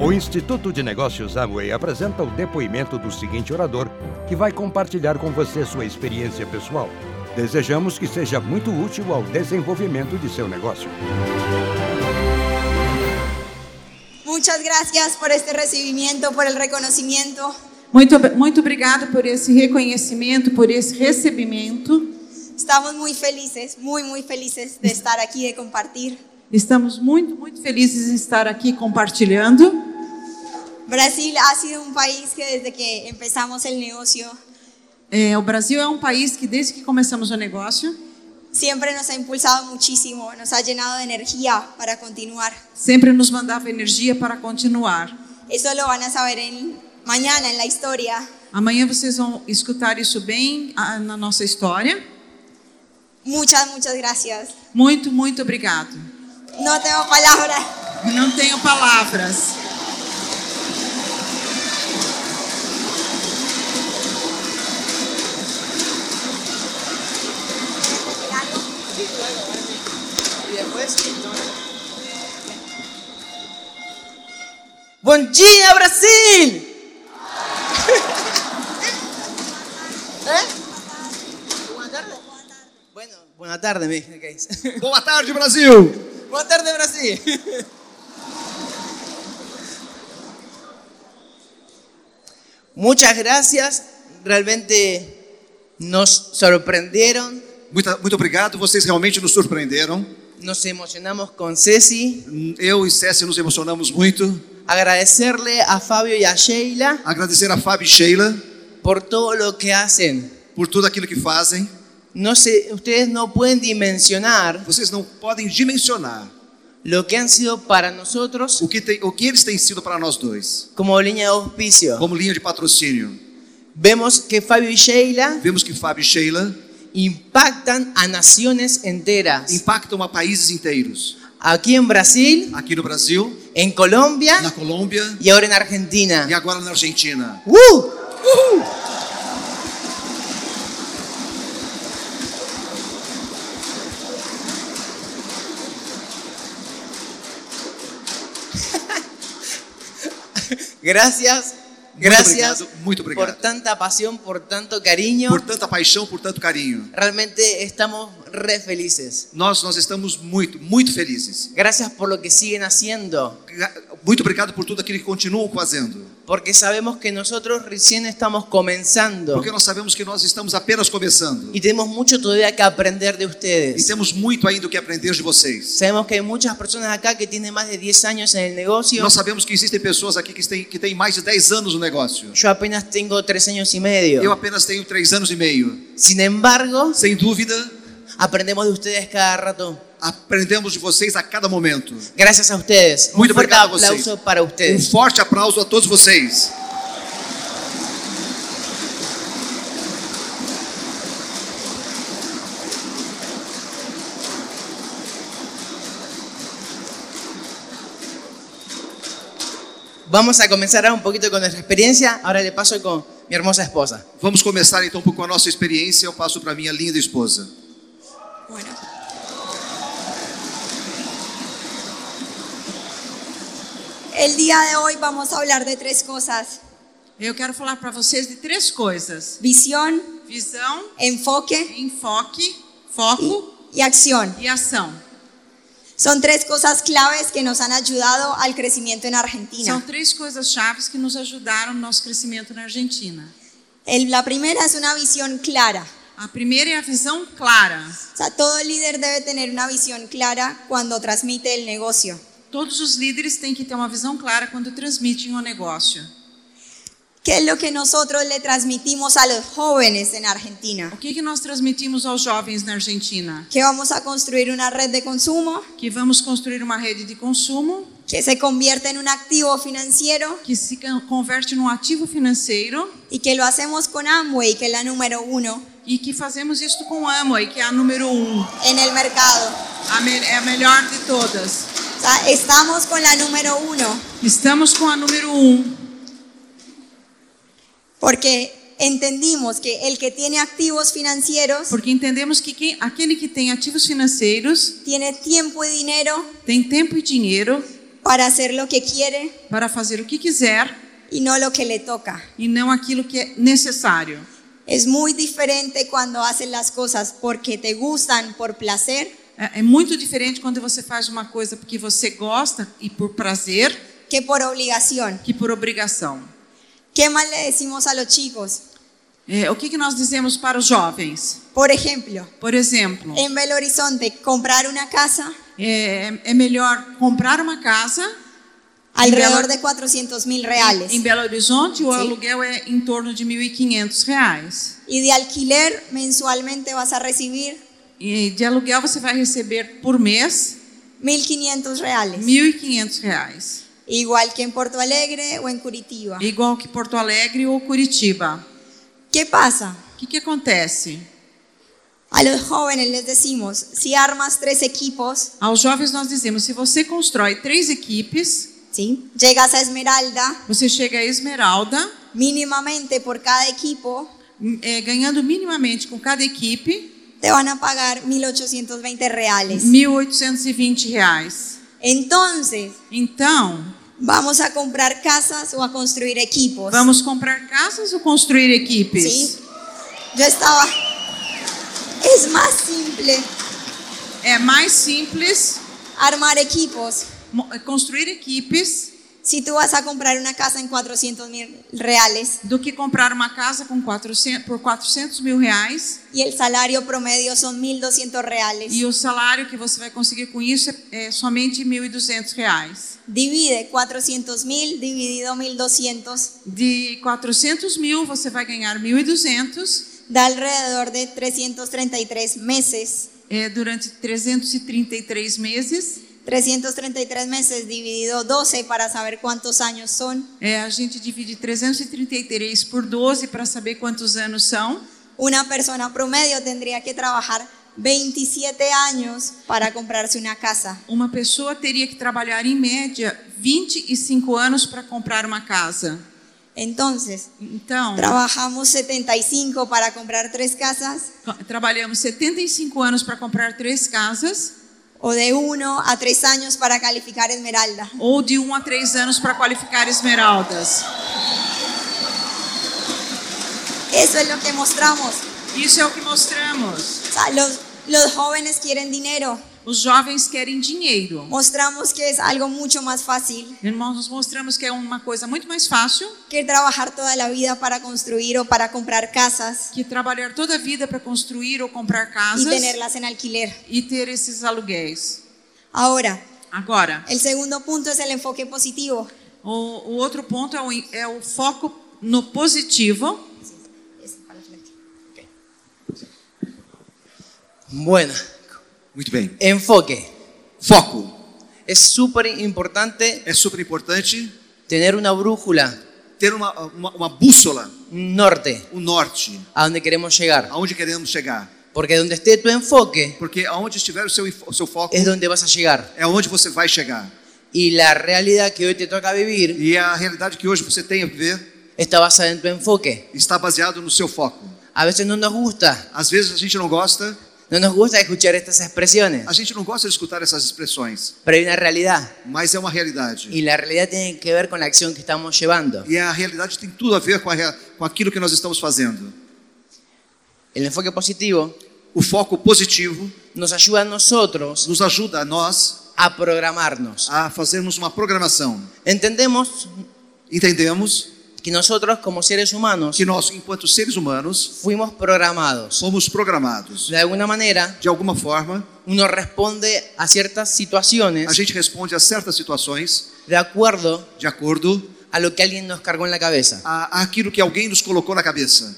O Instituto de Negócios Amway apresenta o depoimento do seguinte orador, que vai compartilhar com você sua experiência pessoal. Desejamos que seja muito útil ao desenvolvimento de seu negócio. Muchas gracias por este recibimiento, por el reconocimiento. Muito, muito obrigado por esse reconhecimento, por esse recebimento. Estamos muy felices, muy, muy felices de estar aquí, de compartir. Estamos muito, muito felizes em estar aqui compartilhando. Brasil ha sido un país que desde que empezamos el negocio É, o Brasil é um país que, desde que começamos o negócio, siempre nos ha impulsado muchísimo, nos ha llenado de energía para continuar. sempre nos mandava energia para continuar. Eso lo van a saber en, mañana en la historia. Amanhã vocês vão escutar isso bem ah, na nossa história. Muchas, muchas gracias. Muito, muito obrigado. No tengo palabras. Não tenho palavras. Bom dia, Brasil! Bueno, boa tarde, me dicen que es. Boa tarde, Brasil! Boa tarde, Brasil! Muchas gracias, realmente nos sorprendieron, Muito, muito obrigado, vocês realmente nos surpreenderam. nos emocionamos con Ceci. Eu e Cécia nos emocionamos muito. Agradecerle a Fabio y a Sheila Agradecer a Fábio e Sheila por todo lo que hacen. por tudo aquilo que fazem. No sé, ustedes no pueden dimensionar Vocês não podem dimensionar lo que han sido para nosotros o que, tem, o que eles têm sido para nós dois. como línea de auspicio. Como linha de patrocínio, Vemos que Fabio y Sheila vemos que Fábio e Sheila impactan a naciones enteras. impactam a países inteiros. Aquí en Brasil, Aqui no Brasil, en Colombia na Colômbia y ahora en e Argentina. agora na Argentina. ¡Uh! ¡Uh! Gracias, gracias obrigado, muito obrigado. por tanta pasión, por tanto cariño. Por tanta paixão, por tanto carinho. Realmente estamos re felices. Nós, nós estamos muito, muito felizes. Gracias por lo que siguen haciendo, Muito obrigado por tudo aquilo que continuam fazendo. porque sabemos que nosotros recién estamos comenzando Porque nós sabemos que nós estamos apenas começando. y tenemos mucho todavía que aprender de E ustedes. temos muito ainda o que aprender de vocês. Sabemos que hay muchas personas acá que tienen más de 10 años en el negocio. Nós sabemos que existem pessoas aqui que têm, que têm mais de 10 anos no negócio. Yo apenas tengo 3 años y Eu medio. apenas tenho 3 anos e meio. Sin embargo, Sem dúvida, aprendemos de ustedes cada rato. aprendemos de vocês a cada momento. Gracias a ustedes. Un Muy fuerte obrigado a vocês. aplauso para Um ustedes. forte aplauso a todos vocês. Vamos a comenzar ahora un poquito con nuestra experiencia. Ahora le paso con mi hermosa esposa. Vamos começar então com a nossa experiência. Eu passo para minha linda esposa. Bueno. El día de hoy vamos a hablar de tres cosas. Eu quero falar para vocês de três coisas: Visión, visão, enfoque enfoque, foco y acción. e ação. Son tres cosas claves que nos han ayudado al crecimiento en São Argentina. três coisas chaves que nos ajudaram no nosso crescimento na Argentina. El- la primera es una visión clara. A primeira é a visão clara. O sea, todo líder debe tener una visión clara cuando transmite el negocio. Todos os líderes têm que ter uma visão clara quando transmitem o negócio. ¿Qué es lo que nosotros le transmitimos a los jóvenes en Argentina? O que, que nós transmitimos aos jovens na Argentina? Que vamos a construir una red de consumo Que vamos construir uma rede de consumo que se convierte en un activo financiero que se can- converte num ativo financeiro y que lo hacemos con Amway, que es la número uno e que fazemos isso com a Amway, que é a número um, en el mercado. a me- é a melhor de todas. O sea, estamos con la número uno Estamos com a número um, porque entendimos que el que tiene activos financieros porque entendemos que quem, aquele que tem ativos financeiros tiene tiempo y dinero tem tempo e dinheiro para hacer lo que quiere para fazer o que quiser y no lo que le toca. e não aquilo que é necessário. Es muy diferente cuando haces las cosas porque te gustan, por placer, É, é muito diferente quando você faz uma coisa porque você gosta e por prazer que por obligación. que por obrigação. ¿Qué más le decimos a los chicos? É, o que, que nós dizemos para os jovens? Por ejemplo, Por exemplo, en Belo Horizonte, comprar una casa é, é melhor comprar uma casa alrededor de 400 mil reales em Belo Horizonte, o É Sim. aluguel é em torno de R$ 1.500. reais. y de alquiler mensualmente vas a recibir E de aluguel você vai receber por mês 1.500 reales. R$ 1.500. reais. É Igual que en Porto Alegre o en Curitiba. Igual que Porto Alegre ou Curitiba. ¿Qué pasa? O que, que acontece? A los jóvenes les decimos, si armas tres equipos, Aos jovens nós dizemos, se você constrói três equipes, ¿sí? llegas a Esmeralda, você chega à Esmeralda, mínimamente por cada equipo hum, eh, ganhando minimamente com cada equipe, te van a pagar 1.820 reales. R$ 1.820. reais. Entonces, Então, vamos a comprar casas o a construir equipos. vamos comprar casas ou construir equipes? ¿sí? Yo estaba... Es más simple É mais simples armar equipos. mo- eh, construir equipes Si tú vas a comprar una casa en 400 mil reales do que comprar uma casa com 400, por 400 mil reais y el salario promedio son 1.200 reales. e o salário que você vai conseguir com isso é, é somente 1.200 reais. Divide 400 mil dividido 1200 De 400 mil, você vai ganhar 1.200 da alrededor de 333 meses. é, durante 333 meses. 333 meses dividido 12 para saber cuántos años son. É, a gente divide 333 por 12 para saber quantos anos são. Una persona promedio tendría que trabajar 27 años para comprarse una casa. Uma pessoa teria que trabalhar, em média, 25 anos para comprar uma casa. Entonces, Então, trabajamos 75 para comprar tres casas co- trabalhamos 75 anos para comprar três casas o de uno a tres años para calificar Esmeralda. ou de um a três anos para qualificar esmeraldas. Eso es lo que mostramos. Isso é o que mostramos. O sea, los, los jóvenes quieren dinero. Os jovens querem dinheiro. mostramos que es algo mucho más fácil Irmãos, nós mostramos que é uma coisa muito mais fácil que trabajar toda la vida para construir o para comprar casas que trabalhar toda a vida para construir ou comprar y casas tenerlas en alquiler. e ter esses aluguéis. Ahora, Agora, el segundo punto es el enfoque positivo. o, o outro ponto é o, in- é o foco no positivo. Bueno, Muito bem. enfoque. Foco. Es súper importante É super importante tener una brújula, ter uma, uma, uma bússola, un norte, um norte, a donde queremos llegar. aonde queremos chegar. Porque donde esté tu enfoque Porque aonde estiver o seu, info- o seu foco, es donde vas a llegar. é onde você vai chegar. Y la realidad que hoy te toca vivir E é a realidade que hoje você tem a viver está basada en tu enfoque. está baseado no seu foco. A veces no nos gusta, Às vezes a gente não gosta, no nos gusta escuchar estas expresiones, a gente não gosta de escutar essas expressões, pero hay una realidad. mas é uma realidade. Y la realidad tiene que ver con la acción que estamos llevando. E a realidade tem tudo a ver com, a, rea- com aquilo que nós estamos fazendo. El enfoque positivo O foco positivo nos ayuda a nosotros nos ajuda a nós a programarnos. a fazermos uma programação. Entendemos Entendemos que nosotros como seres humanos que nós, enquanto seres humanos, fuimos programados. somos programados. De alguna manera, De alguma forma, uno responde a ciertas a situaciones gente responde a certas situações de acuerdo de acordo a lo que alguien nos cargó en la cabeza. a, àquilo que alguém nos colocou na cabeça.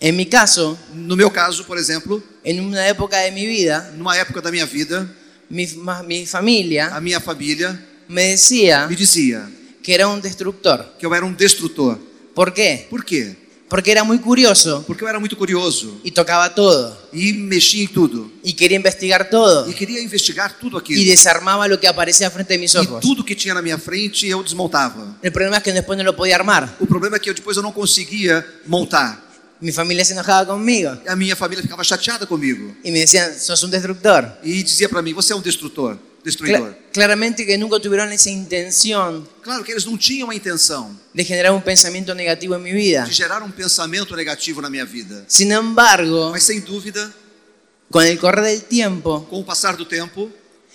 En mi caso, No meu caso, por exemplo, en una época de mi vida, numa época da minha vida, mi, ma- mi a familia minha família me decía me dizia que era un destructor. que eu era um destrutor. ¿Por qué? Por quê? Porque era muy curioso Porque eu era muito curioso y tocaba todo e mexia em tudo y quería investigar todo e queria investigar tudo y aquilo. desarmaba lo que aparecía frente a mis E ojos. tudo que tinha na minha frente eu desmontava. El problema es que después no lo podía armar. O problema é que eu, depois eu não conseguia montar. Mi familia se enojaba conmigo A minha família ficava chateada comigo y me decían, sos un destructor. e dizia para mim: "Você é um destrutor". destruidor. Cla- claramente que nunca tuvieron esa intención Claro que eles não tinham a intenção de generar un pensamiento negativo en mi vida. de gerar um pensamento negativo na minha vida. Sin embargo, Mas sem dúvida, con el correr del tiempo, com o passar do tempo,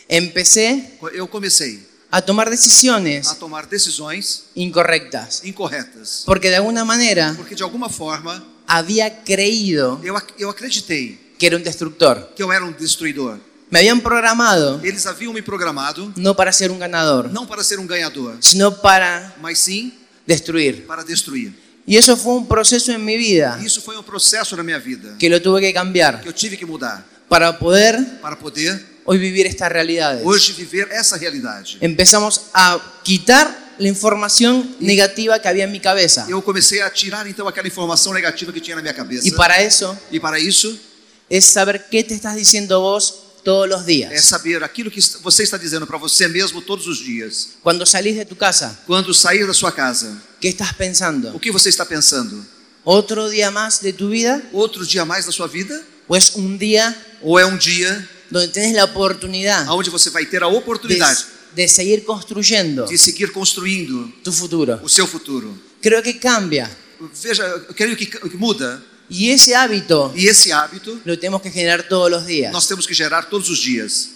empecé eu comecei a tomar a decisiones tomar decisões incorrectas. incorretas. Porque de alguna manera Porque de alguma forma había creído eu, ac- eu acreditei que era un destructor. que eu era um destruidor. Me habían programado Eles haviam me programado no para ser un ganador, não para ser um ganhador, sino para mas sim destruir. para destruir. Y eso fue un proceso en mi vida Isso foi um processo na minha vida que lo tuve que cambiar que eu tive que mudar para poder para poder hoy vivir estas realidades. hoje viver essa realidade. Empezamos a quitar la información negativa que había en mi cabeza. Eu comecei a tirar então aquela informação negativa que tinha na minha cabeça. Y para eso E para isso es saber qué te estás diciendo vos todos los é días. saber aquilo que você está dizendo para você mesmo todos os dias. Cuando salís de tu casa, Quando sair da sua casa, ¿qué estás o pensando? que você está pensando? ¿Otro día más de tu vida? Outro dia a mais da sua vida? ¿O es un día Ou é um dia donde tenés la oportunidad onde você vai ter a de, oportunidade de seguir construyendo de seguir construindo tu futuro? o seu futuro? Creo que cambia. Veja, eu creio que, que muda. Y ese hábito E esse hábito lo tenemos que generar todos los días. nós temos que gerar todos os dias.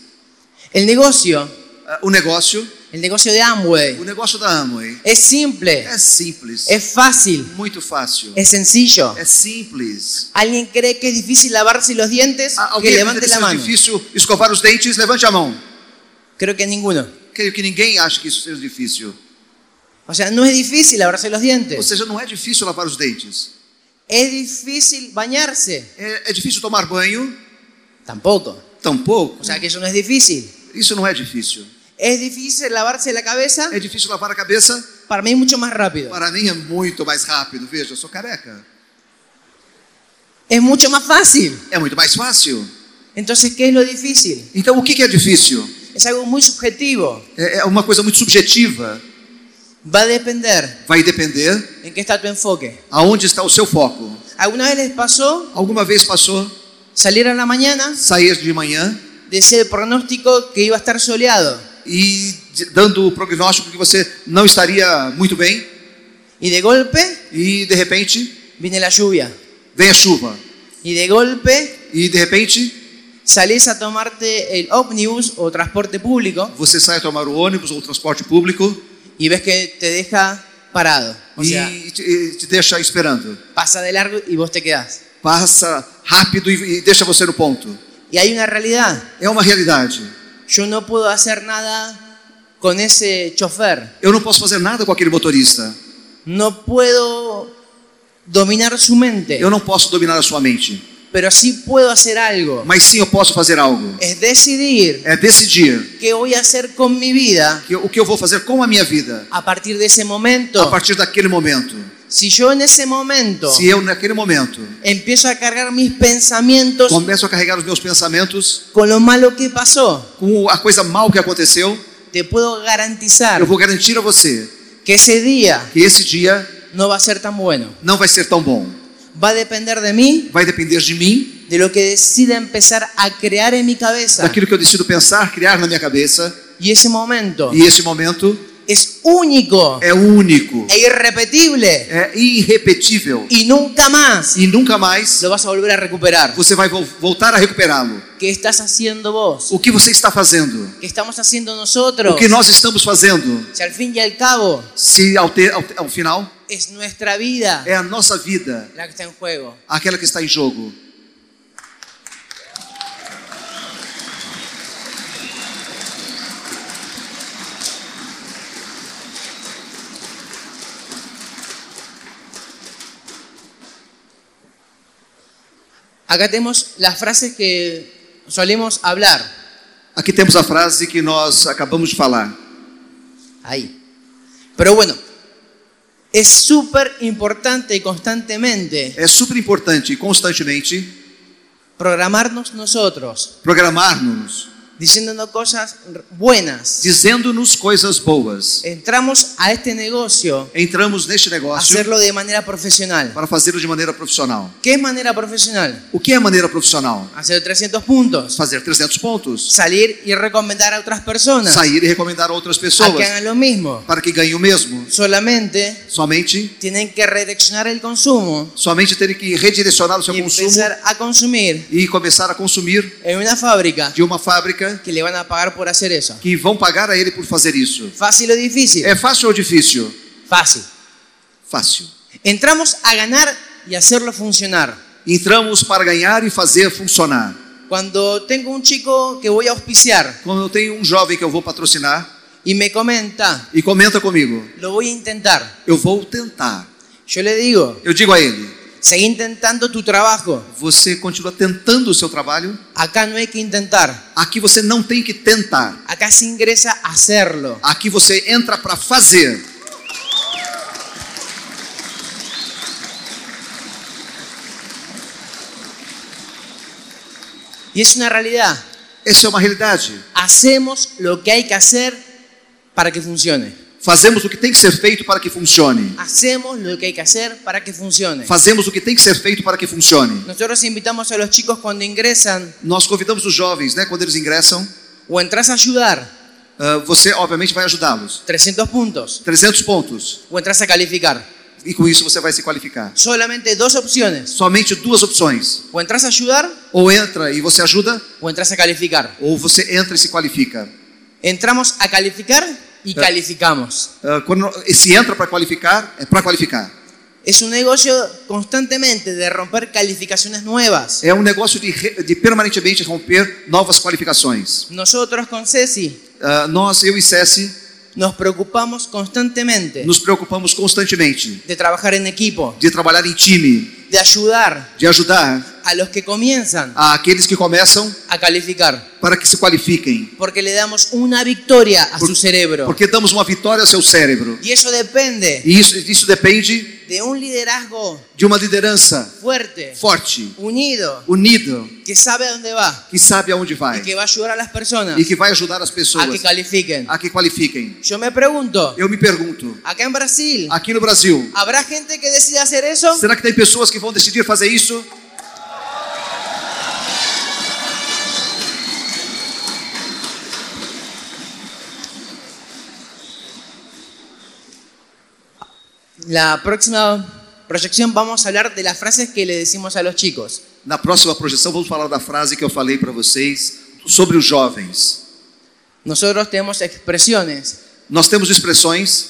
El negocio, Ah, O negócio, el negocio de o Amway, negócio da Amway es simple, é simples, es fácil, muito fácil, es sencillo. é simples. ¿Alguien cree que es difícil lavarse los dientes? Ah, Que Alguém acredita levante que la seja mano. difícil escovar os dentes? Levante a mão. Creo que ninguno. Creio que ninguém acha que isso seja difícil. O sea, no es difícil lavarse los Ou dientes. seja, não é difícil lavar os dentes. Es difícil bañarse. É, é difícil tomar banho? Tampoco. Tampouco. O sea, que eso no es difícil. Isso não é difícil. Es difícil lavarse la cabeza. É difícil lavar a cabeça? Para mí mucho más rápido. Para mim é muito mais rápido. Veja, eu sou careca. Es mucho más fácil. É muito mais fácil. Entonces, ¿qué es lo difícil? Então, o que que é difícil? Es algo muy subjetivo. É é uma coisa muito subjetiva. Va a depender Vai depender en qué está tu enfoque. aonde está o seu foco. ¿Alguna vez les pasó Alguma vez passou salir a la mañana, sair de manhã decía el pronóstico que iba a estar soleado e de- dando o prognóstico que você não estaria muito bem y de golpe e de repente viene la lluvia vem a chuva y de golpe e de repente salís a tomarte el ómnibus o transporte público você sai a tomar o ônibus ou o transporte público y ves que te deja parado. O sea, e, te, e te deixa esperando. pasa de largo y vos te quedás. Passa rápido e, e deixa você no ponto. Y hay una realidad. É uma realidade. Yo no puedo hacer nada con ese chofer. Eu não posso fazer nada com aquele motorista. No puedo dominar su mente, Eu não posso dominar a sua mente. pero sí puedo hacer algo. Mas sim, eu posso fazer algo. Es decidir É decidir qué voy a hacer con mi vida que, o que eu vou fazer com a minha vida a partir de ese a momento. partir daquele momento. Si yo en ese momento Se eu, naquele momento, empiezo a cargar mis pensamientos começo a carregar os meus pensamentos con lo malo que pasó, com a coisa mal que aconteceu, te puedo garantizar eu vou garantir a você que ese día que esse dia no va a ser tan bueno. não vai ser tão bom. Va a depender de mí, Vai depender de mim, de lo que decida empezar a crear en mi cabeza. daquilo que eu decido pensar, criar na minha cabeça. Y ese momento E esse momento es único é único, e irrepetible. é irrepetível. Y nunca más E nunca mais lo vas a volver a recuperar. você vai vol- voltar a recuperá-lo. ¿Qué estás haciendo vos? O que você está fazendo? ¿Qué estamos haciendo nosotros? O que nós estamos fazendo? Si al fin y al cabo Se ao, te, ao, ao final es nuestra vida é a nossa vida, la que está en juego. aquela que está em jogo. Acá tenemos las frases que solemos hablar. Aqui temos a frase que nós acabamos de falar. Ahí. Pero bueno, es súper importante constantemente É super importante constantemente programarnos nosotros programar-nos diciéndonos cosas r- buenas. dizendo-nos coisas boas. Entramos a este negocio Entramos neste a negócio hacerlo de manera profesional. para fazê-lo de maneira profissional. ¿Qué es manera profesional? O que é maneira profissional? Hacer 300 puntos, Fazer 300 pontos, salir y recomendar a otras personas a sair e recomendar a outras que pessoas hagan lo mismo. para que ganhem o mesmo. Solamente Somente, tienen que redireccionar el consumo somente terem que redirecionar o seu y consumo empezar a consumir e começar a consumir en una fábrica de uma fábrica que le van a pagar por hacer eso. que vão pagar a ele por fazer isso. ¿Fácil o difícil? É fácil ou difícil? Fácil. Fácil. Entramos a ganar y hacerlo funcionar. Entramos para ganhar e fazer funcionar. Cuando tengo un chico que voy a auspiciar Quando eu tenho um jovem que eu vou patrocinar y me comenta, e comenta comigo, lo voy a intentar. eu vou tentar. Yo le digo, Eu digo a ele, seguí intentando tu trabajo. você continua tentando o seu trabalho, Acá no hay que intentar. aqui você não tem que tentar. Acá se ingresa a hacerlo. Aqui você entra para fazer. Y es una realidad. Essa é uma realidade. Hacemos lo que hay que hacer para que funcione. Fazemos o que tem que ser feito para que funcione. Hacemos lo que hay que hacer para que funcione. Fazemos o que tem que ser feito para que funcione. Nosotros invitamos a los chicos cuando ingresan Nós convidamos os jovens, né, quando eles ingressam, o entras a ayudar, ah, você obviamente vai ajudá-los. 300 puntos, 300 pontos. o entras a calificar. E com isso você vai se qualificar. Solamente dos opciones. Somente duas opções. O entras a ayudar Ou entra e você ajuda, o entras a calificar. ou você entra e se qualifica. Entramos a calificar y calificamos. Ah, quando, e se entra para qualificar, é para qualificar. Es un negocio constantemente de romper calificaciones nuevas. É um negócio de, re- de permanentemente romper novas qualificações. Nosotros con Ceci Ah, nós, eu e Ceci, nos preocupamos constantemente nos preocupamos constantemente de trabajar en equipo, de trabalhar em time, de ayudar de ajudar a los que comienzan aqueles que começam a calificar, para que se qualifiquem. porque le damos una victoria a su cerebro. Porque damos uma vitória ao seu cérebro. Y eso depende E isso, isso depende de un liderazgo de uma liderança fuerte, forte, unido, unido, que sabe a dónde va que sabe aonde vai y que va a ayudar a las personas e que vai ajudar as pessoas a que califiquen. a que qualifiquem. Yo me pregunto, Eu me pergunto, acá en Brasil, aqui no Brasil, ¿habrá gente que decida hacer eso? será que tem pessoas que vão decidir fazer isso? La próxima proyección vamos a hablar de las frases que le decimos a los chicos. Na próxima projeção vamos falar da frase que eu falei para vocês sobre os jovens. Nosotros tenemos expresiones Nós temos expressões,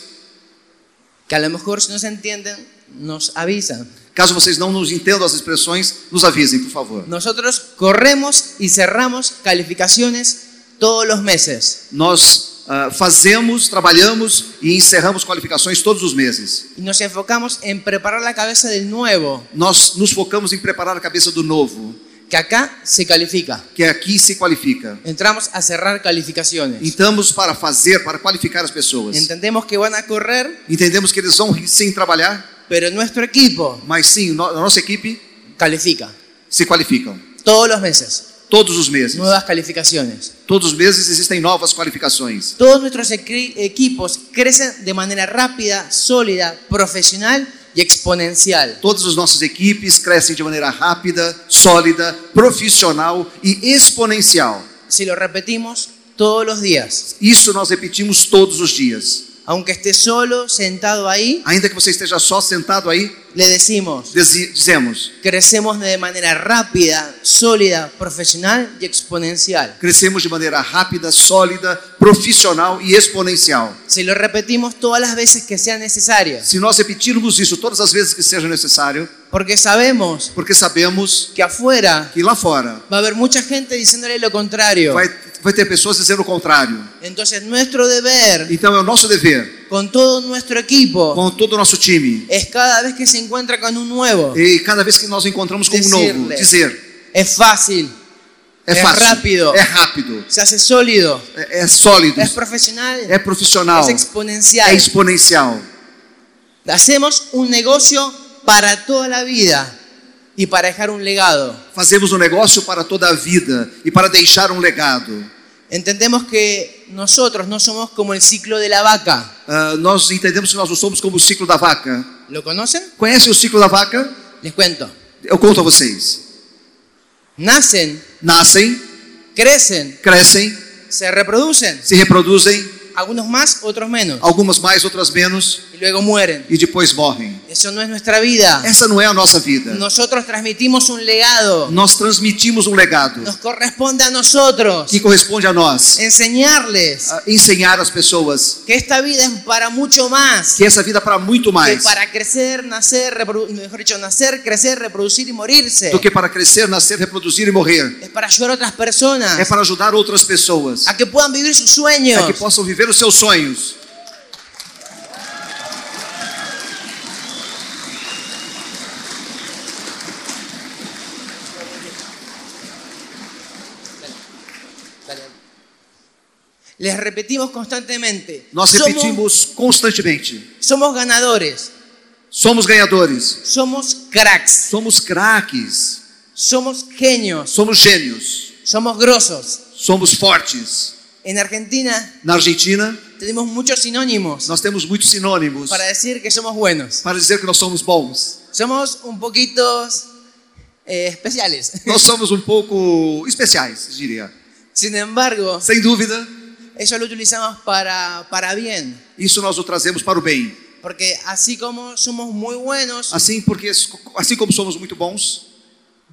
que a lo mejor si no se entienden nos avisan. caso vocês não nos entendam as expressões, nos avisem, por favor. Nosotros corremos y cerramos calificaciones todos los meses. Nós ah, fazemos, trabalhamos e encerramos qualificações todos os meses. Y nos enfocamos en preparar la cabeza del nuevo, Nós nos focamos em preparar a cabeça do novo, que acá se califica. que é aqui se qualifica. Entramos a cerrar calificaciones. Entramos para fazer, para qualificar as pessoas. Entendemos que van a correr, Entendemos que eles vão sim trabalhar, pero nuestro equipo mas sim, no- a nossa equipe califica. se qualificam. Todos los meses, Todos os meses. nuevas calificaciones. Todos os meses existem novas qualificações. Todos nuestros equi- equipos crecen de manera rápida, sólida, profesional y exponencial. Todas as nossas equipes crescem de maneira rápida, sólida, profissional e exponencial. Si lo repetimos todos los días, Isso nós repetimos todos os dias. aunque esté solo, sentado ahí, Ainda que você esteja só sentado aí, le decimos, desi- dizemos: crecemos de manera rápida, sólida, profesional y exponencial. crescemos de maneira rápida, sólida, profissional e exponencial. Si lo repetimos todas las veces que sea necesario, Se nós repetirmos isso todas as vezes que seja necessário, porque sabemos porque sabemos que afuera que lá fora va a haber mucha gente diciéndole lo contrario. vai, vai ter pessoas dizendo o contrário. Entonces nuestro deber Então é o nosso dever, con todo nuestro equipo com todo o nosso time, es cada vez que se encuentra con un nuevo. e cada vez que nós encontramos com um novo, Dizer-lhe. dizer: Es fácil, É, É fácil. rápido. É rápido. se hace sólido, É, é sólido. es profesional, É profissional. es É exponencial. exponencial. Hacemos un negocio para toda la vida y para dejar un legado. Fazemos um negócio para toda a vida e para deixar um legado. Entendemos que nosotros no somos como el ciclo de la vaca. Ah, nós entendemos que nós não somos como o ciclo da vaca. ¿Lo conocen? Conhecem o ciclo da vaca? Les cuento. Eu conto a vocês. Nacen, Nascem, crecen, crescem, se reproducen. se reproduzem, Algunos más, otros menos. algumas mais, outras menos, Y luego mueren. e depois morrem. Eso no es nuestra vida. Essa não é a nossa vida. Nosotros transmitimos un legado. Nós transmitimos um legado Nos corresponde a nosotros que corresponde a nós enseñarles a ensinar as pessoas que esta vida es para mucho más que essa vida é para muito que mais para crecer, nacer, reprodu- mejor dicho, nacer, crecer, reproducir y morirse. do que para crescer, nascer, reproduzir e morrer. Es para ayudar a otras personas É para ajudar outras pessoas a que puedan vivir sus sueños. a que possam viver os seus sonhos. Les repetimos constantemente. Nós somos, repetimos constantemente: somos ganadores, somos ganhadores, somos cracks, somos craques, somos genios, somos gênios, somos grosos. somos fortes. En Argentina Na Argentina, tenemos muchos sinónimos nós temos muitos sinônimos para decir que somos buenos. para dizer que nós somos bons. Somos un poquito eh, especiales. Nós somos um pouco especiais, diria. Sin embargo, Sem dúvida, eso lo utilizamos para, para bien. isso nós o trazemos para o bem. Porque así como somos muy buenos, Assim, porque, assim como somos muito bons,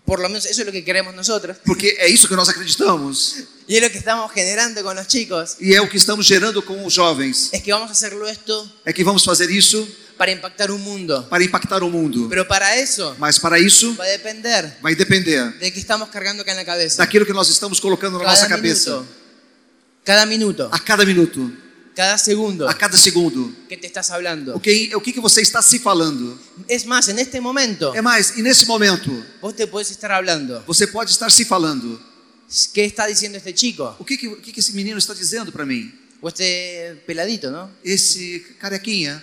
por lo menos eso es lo que queremos nosotros, porque é isso que nós acreditamos y es lo que estamos generando con los chicos, e é o que estamos gerando com os jovens, es que vamos a hacerlo esto é que vamos fazer isso para impactar un mundo. para impactar o mundo. Pero para eso Mas para isso, va a depender vai depender de qué estamos cargando acá en la cabeza. daquilo que nós estamos colocando na nossa Cada cabeça minuto, cada minuto, a cada minuto, cada segundo a cada segundo. que te estás O hablando. que, o que que você está se falando? Es más, en este momento É mais, e nesse momento, vos te puedes estar hablando. você pode estar se falando. ¿Qué está diciendo este chico? O que, que, o que, que esse menino está dizendo para mim? O este peladito, ¿no? Esse carequinha.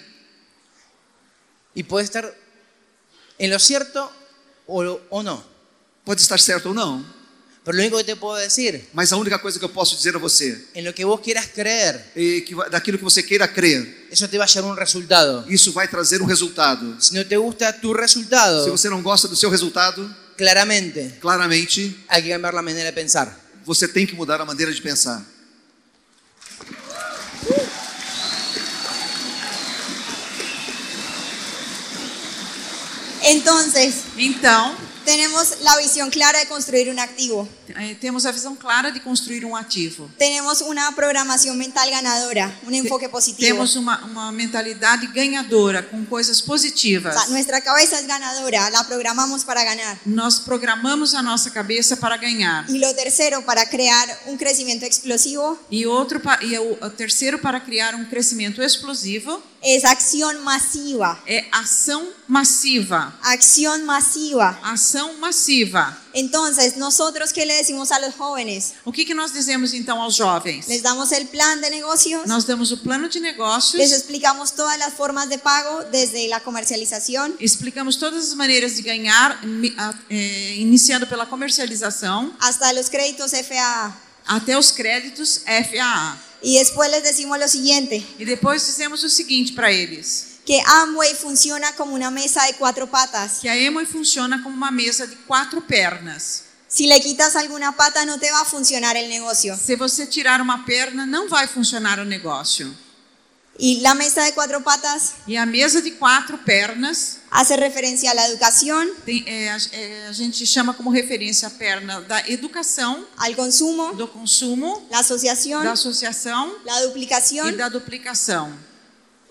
Y puedes estar en lo cierto o, o no. Pode estar certo ou não, Pero lo único que te puedo decir, mas a única coisa que eu posso dizer a você en lo que vos quieras creer, é que va- daquilo que você queira crer, eso te va a llevar un resultado. isso vai trazer um resultado. Si no te gusta tu Se resultado, você não gosta do seu resultado, claramente claramente hay que cambiar la manera de pensar. você tem que mudar a maneira de pensar. Entonces, Então, tenemos la visión clara de construir un activo. eh, temos a visão clara de construir um ativo. Tenemos una programación mental ganadora, un enfoque positivo. Temos uma, uma mentalidade ganhadora, com coisas O positivas. sea, nuestra cabeza es ganadora, la programamos para ganar. Nós programamos a nossa cabeça para ganhar. Y lo tercero, para crear un crecimiento explosivo, E, outro, pa- e o o terceiro, para criar um crescimento explosivo, es acción masiva. é ação massiva. Acción masiva. Ação massiva. Entonces, nosotros, ¿qué le decimos a los jóvenes? O que, que nós dizemos então aos jovens? Les damos el plan de negocios, Nós damos o plano de les negócios, explicamos todas las formas de pago, desde la comercialización explicamos todas as maneiras de ganhar, mi- a- eh, iniciando pela comercialización hasta los créditos FAA. até os créditos FAA. Y después les decimos lo siguiente, E depois dizemos o seguinte para eles: que Amway funciona como una mesa de cuatro patas. que a Emoi funciona como uma mesa de quatro pernas. Si le quitas alguna pata no te va a funcionar el negocio. Se você tirar uma perna, não vai funcionar o negócio. Y la mesa de cuatro patas E a mesa de quatro pernas, hace referencia a la educação, tem, é, a, é, a gente chama como referência a perna da educação, al consumo, do consumo, la asociación, da associação la e duplicación. da duplicação.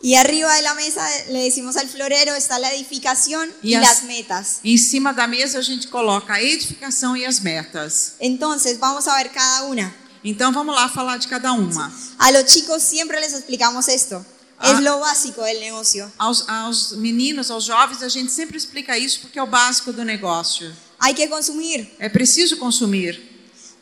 Y arriba de la mesa le decimos al florero está la edificación y, Y as- las metas. Em cima da mesa, a gente coloca a edificação e as metas. Entonces vamos a ver cada una. Então, vamos lá falar de cada uma. A los chicos siempre les explicamos esto. Ah. Es lo básico del negocio. Aos, aos meninos, aos jovens, a gente sempre explica isso porque é o básico do negócio. Hay que consumir. É preciso consumir.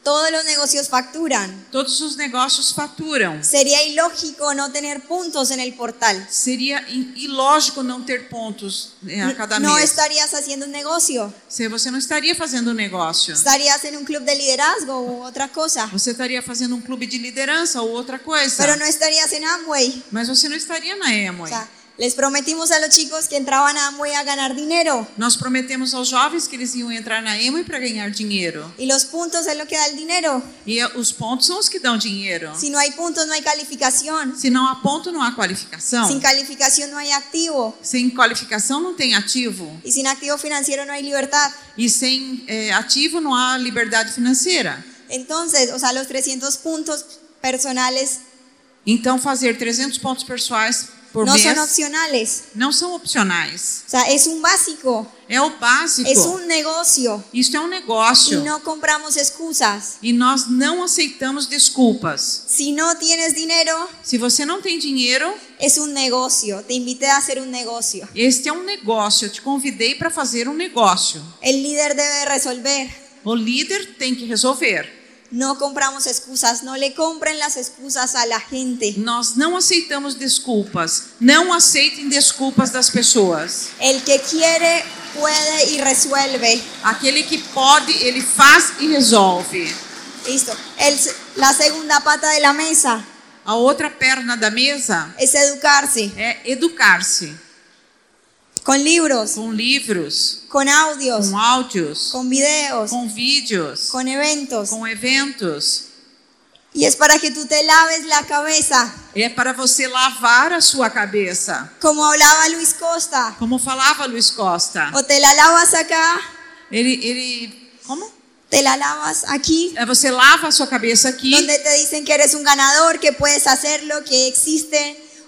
Todos los negocios facturan. Todos os negócios faturam. Sería ilógico no tener puntos en el portal. Seria i- ilógico não ter pontos né, a cada No mês. estarías haciendo un negocio. Se você não estaria fazendo negócio, Estarías en un club de liderazgo u otra cosa. você estaria fazendo um clube de liderança ou outra coisa. Pero no estarías en Amway. Mas você não estaria na O Amway. sea, les prometimos a los chicos que entraban a Amway a ganar dinero. Nós prometemos aos jovens que eles iam entrar na Amway para ganhar dinheiro. Y los puntos es lo que da el dinero. E eh, os pontos são os que dão dinheiro. Si no hay puntos, no hay calificación. Se não há ponto, não há qualificação. Sin calificación no hay activo. Sem qualificação, não tem ativo. Y sin activo financiero no hay libertad. E sem eh, ativo, não há liberdade financeira. Entonces, o sea, los 300 puntos personales Então, fazer 300 pontos pessoais por no mês son opcionales. não são opcionais. O sea, es un básico, É o básico. es un negocio Isso é um y negócio. no compramos excusas. E nós não aceitamos desculpas. Si no tienes dinero, Se você não tem dinheiro, es un negocio. Te invité a hacer un negocio. este é um negócio. Eu te convidei para fazer um negócio. El líder debe resolver. O líder tem que resolver. No compramos excusas, no le compren las excusas a la gente. Nós não aceitamos desculpas. Não aceitem desculpas das pessoas. El que quiere, puede y resuelve. Aquele que pode, ele faz e resolve. Listo. El- la segunda pata de la mesa A outra perna da mesa es educarse é educar-se con libros, com livros, con audios, com áudios, con videos, com vídeos, con eventos. com eventos. Y es para que tú te laves la cabeza. É para você lavar a sua cabeça. Como hablaba Luis Costa. Como falava Luiz Costa. O te la lavas acá, Ele, ele, como? te la lavas aquí. É, Você lava a sua cabeça aqui, Donde te dicen que eres un ganador, que puedes hacerlo, que existe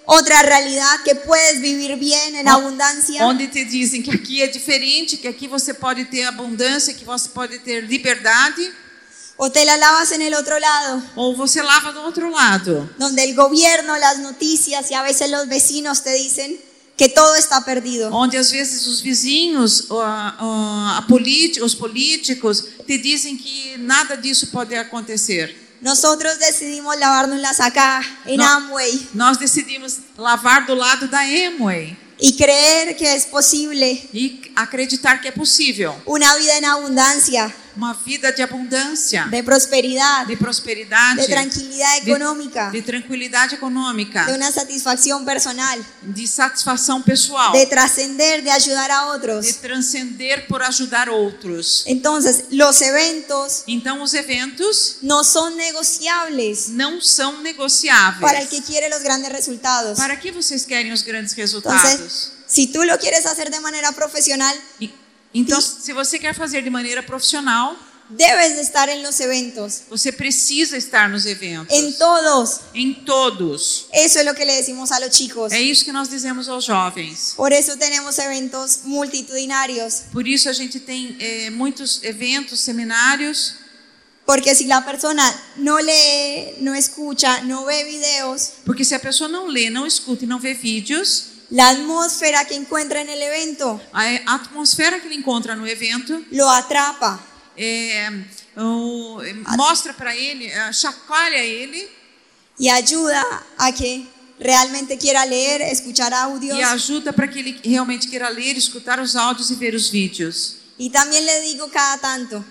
otra realidad, que puedes vivir bien en O- abundancia. onde te dizem que aqui é diferente, que aqui você pode ter abundância, que você pode ter liberdade, O te la lavas en el otro lado. ou você lava do outro lado. donde el gobierno, las noticias y a veces los vecinos te dicen que todo está perdido. Onde às vezes os vizinhos, ó, ó, a, política, os políticos, te dizem que nada disso pode acontecer. Nosotros decidimos lavárnoslas acá en No. Amway Nós decidimos lavar do lado da Amway y creer que es posible e acreditar que é possível una vida en abundancia, uma vida de abundância, de prosperidad, de prosperidade, de tranquilidad de- económica, de tranquilidade econômica, de una satisfacción personal, de satisfação pessoal, de trascender, de ayudar a de otros. transcender por ajudar outros. Entonces, los eventos Então, os eventos no son negociables não são negociáveis. para el que Então, quiere los grandes resultados. Para que vocês querem os grandes resultados? Entonces, si tú lo quieres hacer de manera profesional, E- Então, se você quer fazer de maneira profissional, Debes de estar en los eventos, você precisa estar nos eventos. en todos. Em todos. Eso es lo que le decimos a los chicos. É isso que nós dizemos aos jovens. Por eso tenemos eventos multitudinarios, Por isso a gente tem eh, muitos eventos, seminários, porque si la persona no lee, no escucha, no ve videos, porque se a pessoa não lê, não escuta e não vê vídeos, la atmósfera que encuentra en el evento a atmosfera que ele encontra no evento lo atrapa. eh, o- eh, mostra para ele, eh, chacoalha ele y ayuda a que realmente quiera leer, escuchar audios. e ajuda para que ele realmente queira ler, escutar os áudios e ver os vídeos. Y también le digo cada tanto,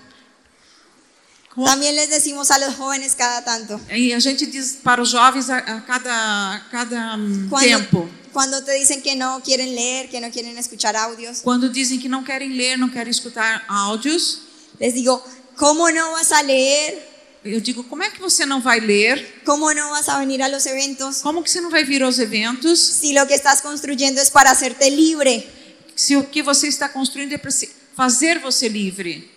Com- también les decimos a los jóvenes cada tanto. E a gente diz para os jovens a, a cada, a cada hum, Cuando, tempo. cuando te dicen que no quieren leer, que no quieren escuchar audios, Quando dizem que não querem ler, não querem escutar áudios, les digo, ¿cómo no vas a leer? eu digo, como é que você não vai ler? ¿Cómo no vas a venir a los eventos? Como que você não vai vir aos eventos? Si lo que estás construyendo es para hacerte libre. Se o que você está construindo é para se- fazer você livre.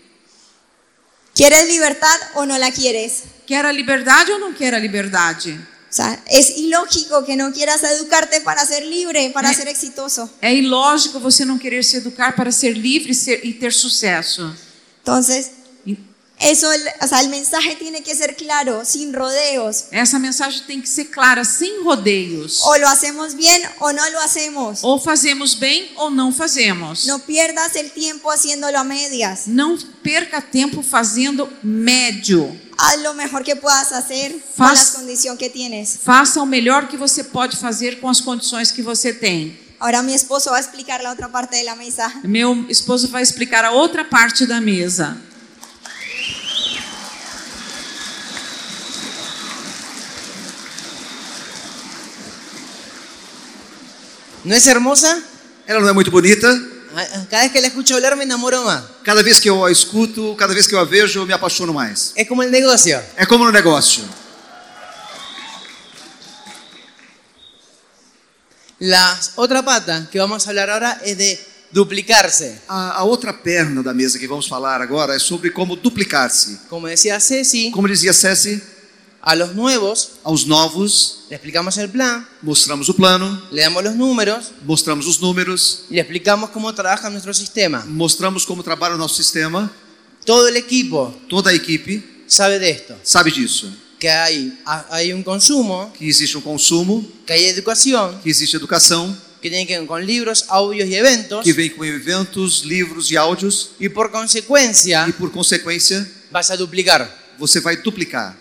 ¿Quieres libertad o no la quieres? Quer a liberdade ou não quer a liberdade? O sea, es ilógico que no quieras educarte para ser libre, para Eh. ser exitoso. É ilógico você não querer se educar para ser livre e ser- e ter sucesso. Entonces, E eso, el- o sea, el mensaje tiene que ser claro, sin rodeos. Essa mensagem tem que ser clara, sem rodeios. O lo hacemos bien o no lo hacemos. Ou fazemos bem ou não fazemos. No pierdas el tiempo haciéndolo a medias. Não perca tempo fazendo médio. Haz lo mejor que puedas hacer con Faz- la condición que tienes. Faça o melhor que você pode fazer com as condições que você tem. Ahora mi esposo va a explicar la otra parte de la mesa. Meu esposo vai explicar a outra parte da mesa. ¿No es hermosa? Ela não é muito bonita? Ah, Cada vez que la escucho hablar me enamoro más. Cada vez que eu a escuto, cada vez que eu a vejo, eu me apaixono mais. Es como el negocio. É como no negócio. La otra pata que vamos a hablar ahora es de duplicarse. A, a outra perna da mesa que vamos falar agora é sobre como duplicar-se. Como decía Ceci, Como dizia Ceci, a los nuevos aos novos le explicamos el plan, mostramos o plano, le damos los números mostramos os números, y le explicamos cómo trabaja nuestro sistema. mostramos como trabalha o nosso sistema. Todo el equipo Toda a equipe sabe de esto, sabe disso, que hay, ha- hay un consumo, que existe um consumo, que hay educación, que existe educação, que tiene que ver con libros, audios y eventos que vem com eventos, livros e áudios y por consecuencia e por consequência vas a duplicar. você vai duplicar.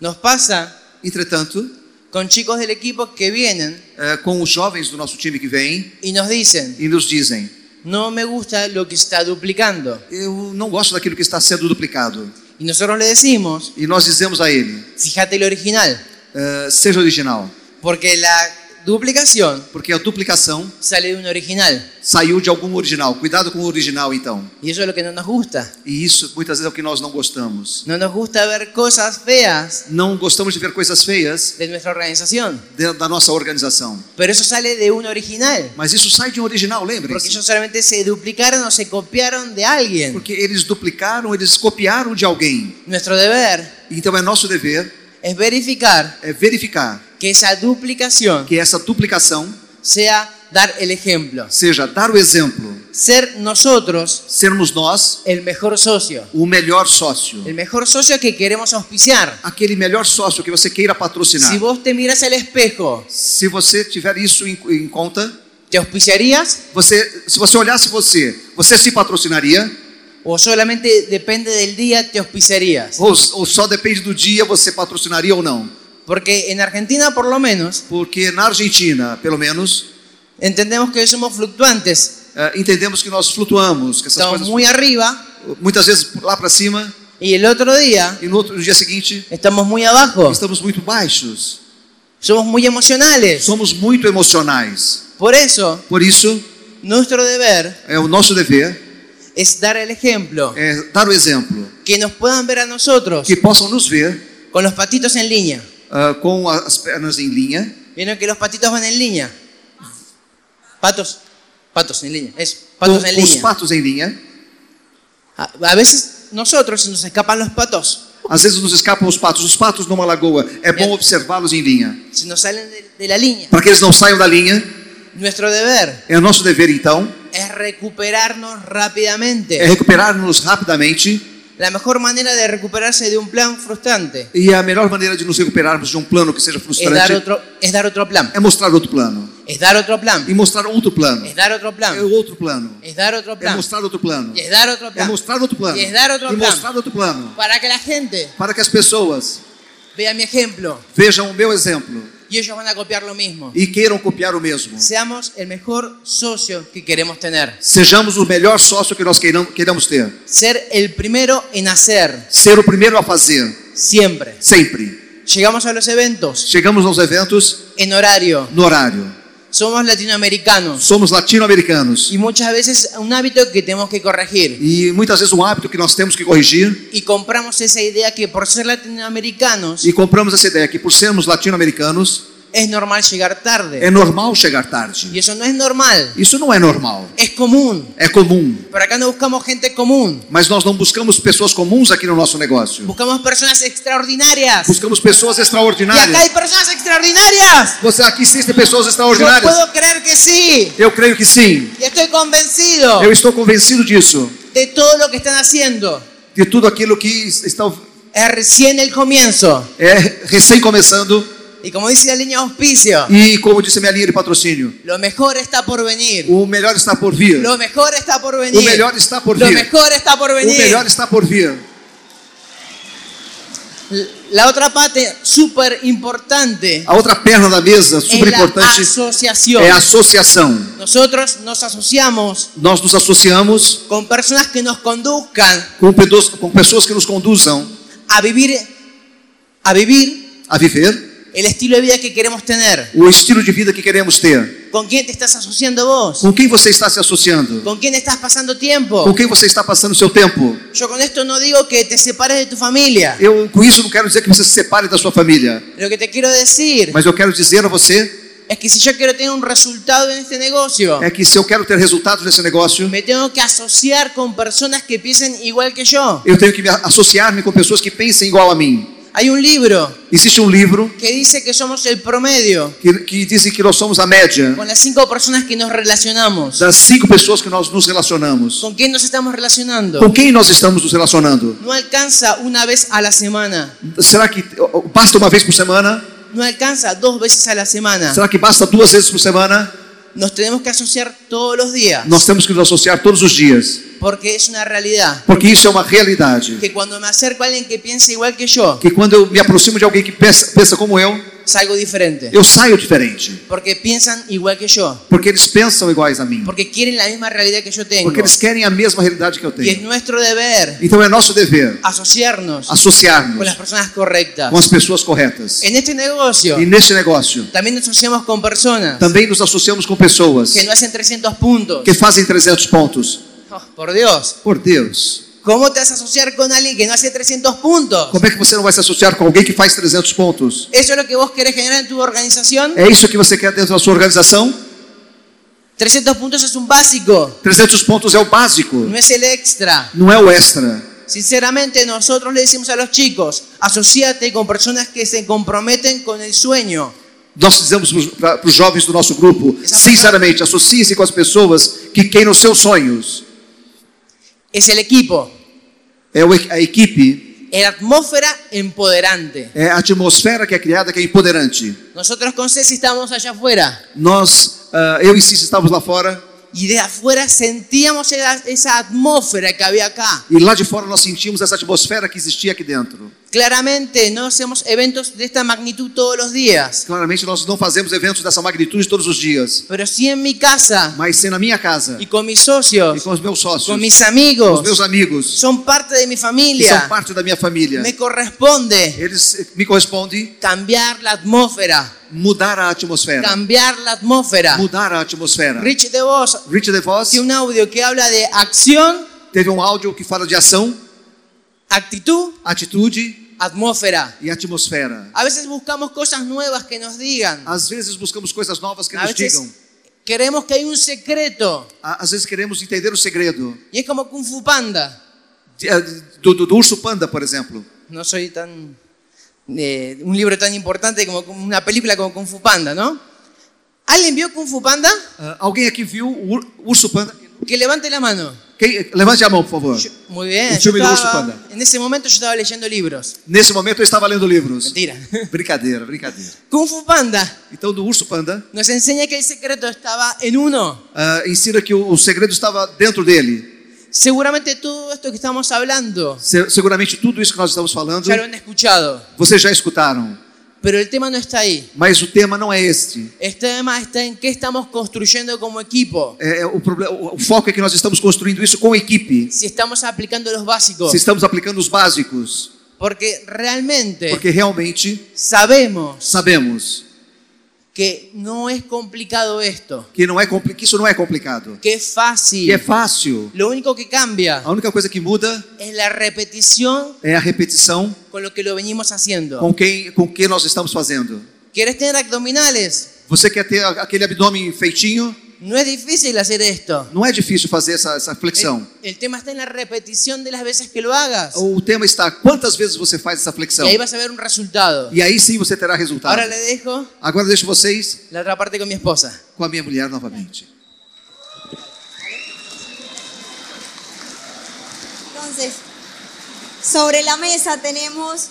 Nos pasa Entretanto, con chicos del equipo que vienen eh, com os jovens do nosso time que vêm y nos dicen, e nos dizem: no me gusta lo que está duplicando. Eu não gosto daquilo que está sendo duplicado. Y nosotros le decimos, E nós dizemos a ele: fíjate el original, eh, Seja original, porque la duplicação porque a duplicação sale de un original. saiu de algum original. Cuidado com o original, então. Y eso es lo que no nos gusta. E isso muitas vezes é o que nós não gostamos. No nos gusta ver cosas feas Não gostamos de ver coisas feias de nuestra organización. dentro da nossa organização. Pero eso sale de un original. Mas isso sai de um original, Porque lembrem-se. ellos solamente se duplicaron o se copiaron de alguien. Porque eles duplicaram, eles copiaram de alguém. Nuestro deber Então é nosso dever es verificar é verificar que esa duplicación que essa duplicação sea dar el ejemplo. seja dar o exemplo, Ser nosotros sermos nós el mejor socio. o melhor sócio. El mejor socio que queremos auspiciar. Aquele melhor sócio que você queira patrocinar. Si vos te miras al espejo, Se você tiver isso em, em conta, ¿te auspiciarías você, se você olhasse você, você se patrocinaria o solamente depende del día te auspiciarías? ou, ou só depende do dia você patrocinaria ou não? Porque en Argentina, por lo menos, Porque na Argentina, pelo menos, entendemos que somos fluctuantes. eh, entendemos que nós flutuamos, que essas Estamos coisas muy arriba muitas vezes lá para cima y el otro día e no outro no dia seguinte estamos muy abajo. estamos muito baixos. Somos muy emocionales. Somos muito emocionais. Por eso, Por isso, nuestro deber é o nosso dever es dar el ejemplo. é dar o exemplo, Que nos puedan ver a nosotros Eh. que possam nos ver con los patitos en línea. ah, com as pernas em linha. Vieron que los patitos van en línea. Patos. Patos en línea. Eso. Com, Patos en com os línea. patos em linha. A, a veces nosotros se nos escapan los patos, Às vezes nos escapam os patos. Os patos numa lagoa, é bom É. observá-los em linha. se nos salen de, de la línea. Para que eles não saiam da linha, Nuestro deber é o nosso dever então, es recuperarnos é rápidamente. recuperar-nos rapidamente La mejor manera de recuperarse de un plan frustrante E a melhor maneira de nos recuperarmos de um plano que seja es dar frustrante otro, es dar otro plan. é mostrar outro plano. Es dar otro E plan. mostrar outro plano. Es dar otro É plan. outro plano. Es dar otro É plan. mostrar outro plano. Y es dar otro É plan. mostrar outro plano. E é dar outro E plano. mostrar outro plano. Para que la gente Para que as pessoas vea mi ejemplo vejam o meu exemplo y ellos van a copiar lo mismo. e queiram copiar o mesmo. Seamos el mejor socio que queremos tener. Sejamos o melhor sócio que nós queiram- queiramos ter. Ser el primero en hacer, Ser o primeiro a fazer, siempre. sempre. Llegamos a los eventos, Chegamos aos eventos en horario. no horário. Somos latinoamericanos. Somos latino-americanos. Y muchas veces un hábito que tenemos que corregir. E muitas vezes um hábito que nós temos que corrigir Y compramos esa idea que por ser latinoamericanos e compramos essa ideia que por sermos latino-americanos es normal llegar É tarde. normal chegar tarde. Y eso no es normal, Isso não é normal. es común. É comum. Pero acá no buscamos gente común, Mas nós não buscamos pessoas comuns aqui no nosso negócio. buscamos personas extraordinarias. Buscamos pessoas Y acá hay extraordinárias. personas extraordinarias. Você aqui existem pessoas Yo extraordinárias? puedo creer que sí. Eu creio que sim. Y estoy convencido Eu estou convencido disso. de todo lo que están haciendo. De tudo aquilo que está Es recién el comienzo. é recém começando Y como dice la línea de auspicio, e como disse minha linha de patrocínio, lo mejor está por venir. o melhor está por vir. Lo mejor está por venir. O mejor está por Lo venir. mejor está por O venir. melhor está por vir. La otra parte súper importante A outra perna da mesa, es super la Ah, importante, asociación. é a associação. Nosotros nos asociamos Nós nos associamos con personas que nos conduzcan com, pedos- com pessoas que nos conduzam a vivir, a vivir a viver el estilo de vida que queremos tener. o estilo de vida que queremos ter. ¿Con quién te estás asociando vos? Com quem você está se associando? ¿Con quién estás pasando tiempo? Com quem você está passando o seu tempo? Yo con esto no digo que te separes de tu familia. Eu com isso não quero dizer que você se separe da sua família, Lo que te quiero decir mas eu quero dizer a você es que si yo quiero tener un resultado en este negocio, é que se eu quero ter resultados nesse negócio, me tengo que asociar con personas que piensen igual que yo. eu tenho que me associar-me com pessoas que pensem igual a mim. Hay un libro Existe um livro que dice que somos el promedio que, que dizem que nós somos a média con las cinco personas que nos relacionamos. das cinco pessoas que nós nos relacionamos. ¿Con quién nos estamos relacionando? Com quem nós estamos nos relacionando? No alcanza una vez a la semana. Será que ó, ó, basta uma vez por semana? No alcanza dos veces a la semana. Será que basta duas vezes por semana? Nos tenemos que asociar todos los días. Nós temos que nos associar todos os dias, Porque es una realidad. porque isso é uma realidade. Que cuando me acerco a alguien que piense igual que yo, Que quando eu me aproximo de alguém que pensa, pensa como eu, salgo diferente. eu saio diferente, Porque piensan igual que yo. porque eles pensam iguais a mim, Porque é quieren la misma realidad que yo tengo. porque eles querem a mesma realidade que eu Y es tenho. nuestro deber Então é nosso dever asociarnos con associarmos las personas correctas. com as pessoas corretas. En este negocio E neste negócio, también nos asociamos con personas também nos associamos com pessoas que é no hacen 300 puntos. que fazem 300 pontos. Oh, por Dios, Por Deus, ¿cómo te vas a asociar con alguien que no hace 300 puntos? como é que você não vai se associar com alguém que faz 300 pontos? ¿Eso es lo que vos querés generar en tu organización? É isso que você quer dentro da sua organização? 300 puntos es un básico, 300 pontos é o básico, no es el extra. não é o extra. Sinceramente, nosotros le decimos a los chicos, asociate con personas que se comprometen con el sueño. Nós dizemos para os jovens do nosso grupo, Exatamente. sinceramente, associe-se com as pessoas que queiram seus sonhos. Es el equipo, É o e- a equipe, la atmósfera empoderante. é a atmosfera que é criada, que é empoderante. Nosotros con Ceci estábamos allá afuera Nós, ah, eu e Cícero estávamos lá fora, y de afuera sentíamos esa, esa atmósfera que había acá. e lá de fora nós sentimos essa atmosfera que existia aqui dentro. Claramente no hacemos eventos de esta magnitud todos los días, Claramente nós não fazemos eventos dessa magnitude todos os dias, pero sí en mi casa mas sim na minha casa, y con mis e socios, com os meus sócios, con com mis os amigos, meus amigos, son parte de mi que são familia. parte da minha família. Me corresponde Eles eh, me correspondem cambiar la atmósfera, mudar a atmosfera. cambiar la atmósfera. Mudar a atmosfera. Rich DeVos Rich DeVos tiene un audio que habla de acción, teve um áudio que fala de ação, actitud, atitude atmósfera. e atmosfera. A veces buscamos cosas nuevas que nos digan. Às vezes buscamos coisas novas que A Ah, nos veces digam. queremos que hay un secreto. Á- Às vezes queremos entender o segredo Y es como Kung Fu Panda. De- eh, do, do- do urso panda, por exemplo. No soy tan... eh, un libro tan importante como como una película como Kung Fu Panda, ¿no? ¿Alguien vio Kung Fu Panda? Ah, alguém aqui viu o ur- urso panda? Que levante la mano. Quem- levante a mão, por favor. Yo- muy bien. El yo filme de Urso estaba- Panda. en ese momento yo estaba leyendo libros. Nesse momento eu estava lendo livros. Mentira. Brincadeira, brincadeira. Kung Fu Panda Então, do urso panda, nos enseña que el secreto estaba en uno. ah, ensina que o, o segredo estava dentro dele. Seguramente todo esto que estamos hablando Se- seguramente tudo isso que nós estamos falando, ya lo han escuchado, vocês já escutaram. pero el tema no está ahí. Mas o tema não é este. El tema está en qué estamos construyendo como equipo, É, é, o, problema, o o foco é que nós estamos construindo isso com equipe. si estamos aplicando los básicos, Se estamos aplicando os básicos. porque realmente Porque realmente sabemos sabemos que no es complicado esto, que, não é compli- que isso não é complicado. que es fácil. Que é fácil. Ah. Lo único que cambia A única coisa que muda es la repetición é a repetição con lo que lo venimos haciendo. com quem com que nós estamos fazendo. ¿Querés tener abdominales? Você quer ter a- aquele abdômen feitinho? No es difícil hacer esto. Não é difícil fazer essa, essa flexão. El, el tema está en la repetición de las veces que lo hagas. O tema está quantas vezes você faz essa flexão. Y ahí vas a ver un resultado. E aí sim você terá resultado. Ahora le dejo Agora deixo vocês la otra parte con mi esposa. com a minha mulher novamente. Entonces, sobre la mesa tenemos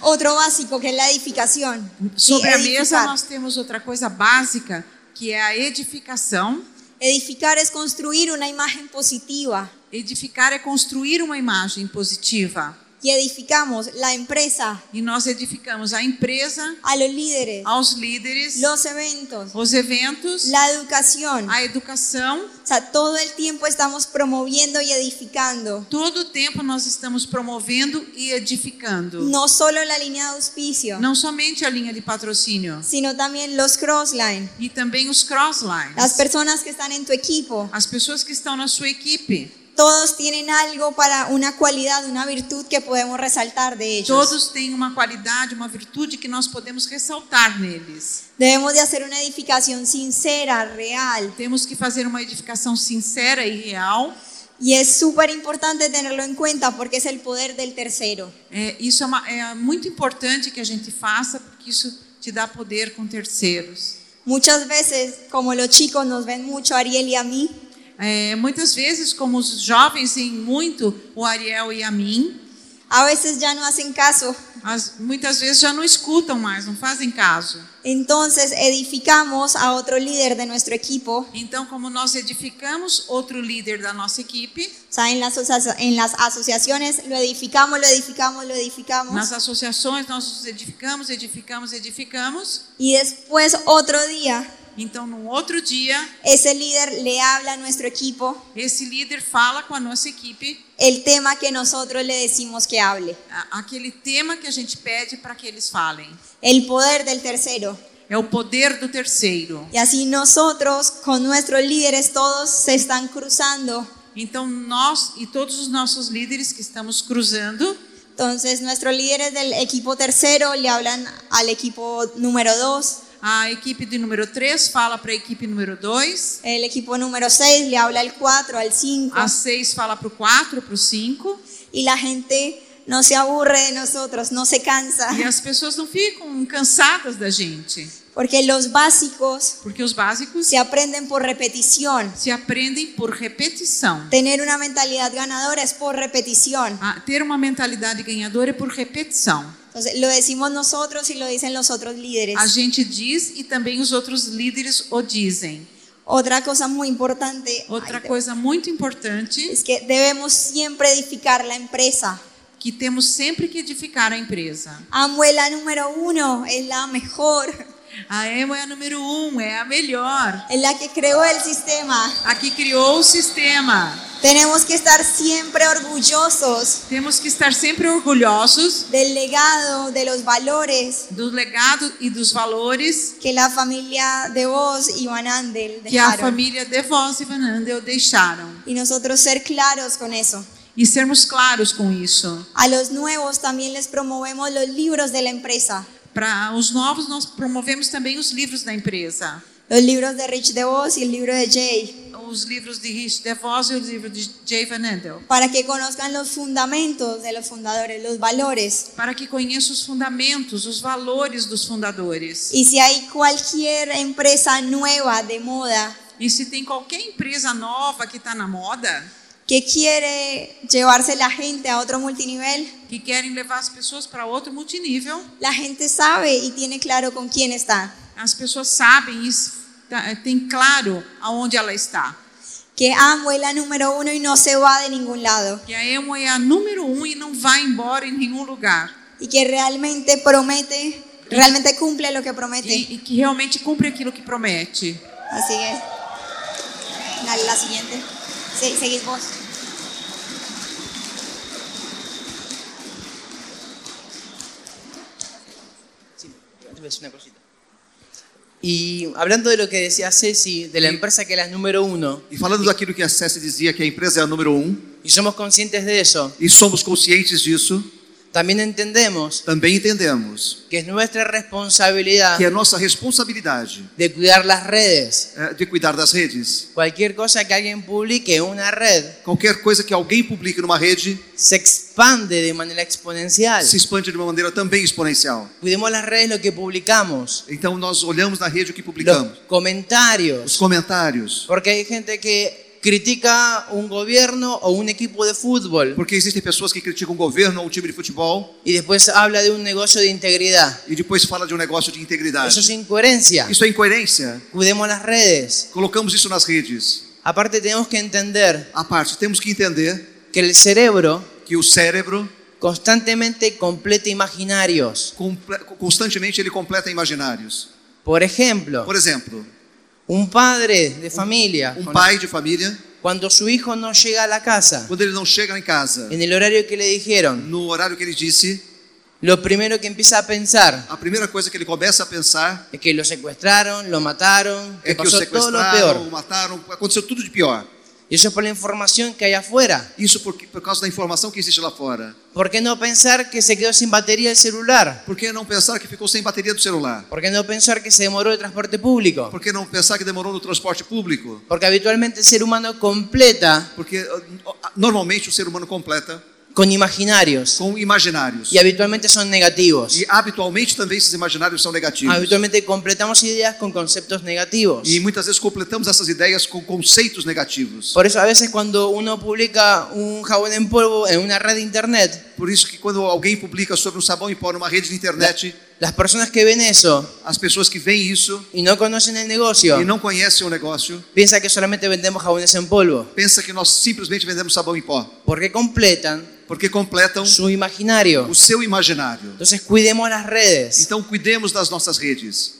otro básico que es la edificación. Sobre a mesa, é Edificar. nós temos outra coisa básica, que é a edificação. Edificar es construir una imagen positiva. Edificar é construir uma imagem positiva. y edificamos la empresa, E nós edificamos a empresa, a los líderes, aos líderes, los eventos, os eventos, la educación. a educação. O sea, todo el tiempo estamos promoviendo y edificando. Todo o tempo nós estamos promovendo e edificando. No solo la línea de auspicio, Não somente a linha de patrocínio, sino también los crossline, e também os crosslines. las personas que están en tu equipo. As pessoas que estão na sua equipe. Todos tienen algo para una cualidad, una virtud que podemos resaltar de ellos. Todos têm uma qualidade, uma virtude que nós podemos ressaltar neles. Debemos de hacer una edificación sincera, real. Temos que fazer uma edificação sincera e real. Y es súper importante tenerlo en cuenta porque es el poder del tercero. É, isso é, uma- é muito importante que a gente faça, porque isso te dá poder com terceiros. Muchas veces, como los chicos nos ven mucho, Ariel y a mí, É, muitas vezes, como os jovens em muito, o Ariel e a mim, a veces ya no hacen caso. as- muitas vezes já não escutam mais, não fazem caso. Entonces edificamos a otro líder de nuestro equipo. O Então, como nós edificamos outro líder da nossa equipe, sea, en las, asocia- en las asociaciones lo edificamos, lo edificamos, lo edificamos. nas associações nós nos edificamos, edificamos, edificamos. Y después otro día, Então, no outro dia, ese líder le habla a nuestro equipo esse líder fala com a nossa equipe el tema que nosotros le decimos que hable. a- aquele tema que a gente pede para que eles falem. El poder del tercero. É o poder do terceiro. Y así nosotros, con nuestros líderes, todos se están cruzando. Então, nós e todos os nossos líderes que estamos cruzando, Entonces, nuestros líderes del equipo tercero le hablan al equipo número dos, a equipe de número 3 fala para a equipe número 2, el equipo número seis le habla al cuatro, al cinco. a 6 fala para o 4, para o 5, Y la gente no se aburre de nosotros, no se cansa. e as pessoas não ficam cansadas da gente, Porque los básicos porque os básicos se aprenden por repetición. se aprendem por repetição. Tener una mentalidad ganadora es por repetición. A ter uma mentalidade ganhadora é por repetição. Entonces, lo decimos nosotros y lo dicen los otros líderes. A gente diz e também os outros líderes o dizem. Otra cosa muy importante Outra ay, de- coisa muito importante es que debemos siempre edificar la empresa. que temos sempre que edificar a empresa. Amuela número uno es la mejor, A Emo é a número um, é a melhor, es la que creó el sistema. a que criou o sistema. Tenemos que estar siempre orgullosos Temos que estar sempre orgulhosos del legado, de los valores do legado e dos valores que la familia de vos y Van Andel que a dejaron. família de Voz e Van Andel deixaram. Y nosotros ser claros con eso. E sermos claros com isso. A los nuevos también les promovemos los libros de la empresa. Para os novos, nós promovemos também os livros da empresa. Los libros de Rich DeVos y el libro de Jay, Os livros de Rich DeVos e o livro de Jay Van Andel. para que conozcan los fundamentos de los fundadores, los valores. Para que conheça os fundamentos, os valores dos fundadores. Y si hay cualquier empresa nueva de moda E se tem qualquer empresa nova que está na moda, que quiere llevarse la gente a otro multinivel, que querem levar as pessoas para outro multinível, la gente sabe y tiene claro con quién está. as pessoas sabem isso, tá- tem claro aonde ela está. Que amo es la número uno y no se va de ningún lado. Que a Emo é a número um e não vai embora em nenhum lugar. Y que realmente promete, realmente cumple lo que promete. E, e que realmente cumpre aquilo que promete. Así que, dale la siguiente. Sí, seguís vos. Te voy a decir una cosita. Y hablando de lo que decía Ceci, de la empresa que es la número uno, E falando daquilo que a Cécia dizia, que a empresa é a número um, y somos conscientes de eso, e somos conscientes disso, también entendemos também entendemos que es nuestra responsabilidad que é nossa responsabilidade de cuidar las redes. é, de cuidar das redes. Cualquier cosa que alguien publique en una red Qualquer coisa que alguém publique numa rede se expande de manera exponencial. se expande de uma maneira também exponencial. Cuidemos las redes, lo que publicamos, Então nós olhamos na rede o que los publicamos, os comentarios, comentários, porque hay gente que critica un gobierno o un equipo de fútbol porque existem pessoas que criticam o governo ou o time de futebol y después habla de un negocio de integridad. e depois fala de um negócio de Ah, Eso es integridade. incoherencia. Isso é incoerência. Cuidemos las redes. Colocamos isso nas redes. Aparte tenemos que entender À parte, temos que entender que el cerebro que o cérebro constantemente completa imaginarios. Comple- Constantemente ele completa imaginários. Por ejemplo, Por exemplo, un padre de familia, um con- pai de família, cuando su hijo no llega a la casa, quando ele não chega em casa, en el horario que le dijeron, no horário que ele disse, lo primero que empieza a pensar a primeira coisa que ele começa a pensar es que lo secuestraron, lo mataron, é que que o pasó todo lo sequestraram, o peor. mataram, aconteceu tudo de pior. Y eso es por la información que hay afuera. Isso porque, por causa da informação que existe lá fora. ¿Por qué no pensar que se quedó sin batería el celular? Por que não pensar que ficou sem bateria do celular? ¿Por qué no pensar que se demoró el transporte público? Por que não pensar que demorou no transporte público? Porque habitualmente el ser humano completa Porque ah, normalmente o ser humano completa con imaginarios com imaginários. y habitualmente son negativos. E habitualmente também esses imaginários são negativos. Habitualmente completamos ideas con conceptos negativos. E muitas vezes completamos essas ideias com conceitos negativos. Por eso a veces cuando uno publica un jabón en polvo en una red de internet, Por isso que quando alguém publica sobre um sabão em pó numa rede de internet, las personas que ven eso as pessoas que veem isso y no conocen el negocio e não conhecem o negócio, piensan que solamente vendemos jabones en polvo, pensa que nós simplesmente vendemos sabão em pó, porque completan porque completam su imaginario. o seu imaginário. Entonces cuidemos las redes. Então cuidemos das nossas redes.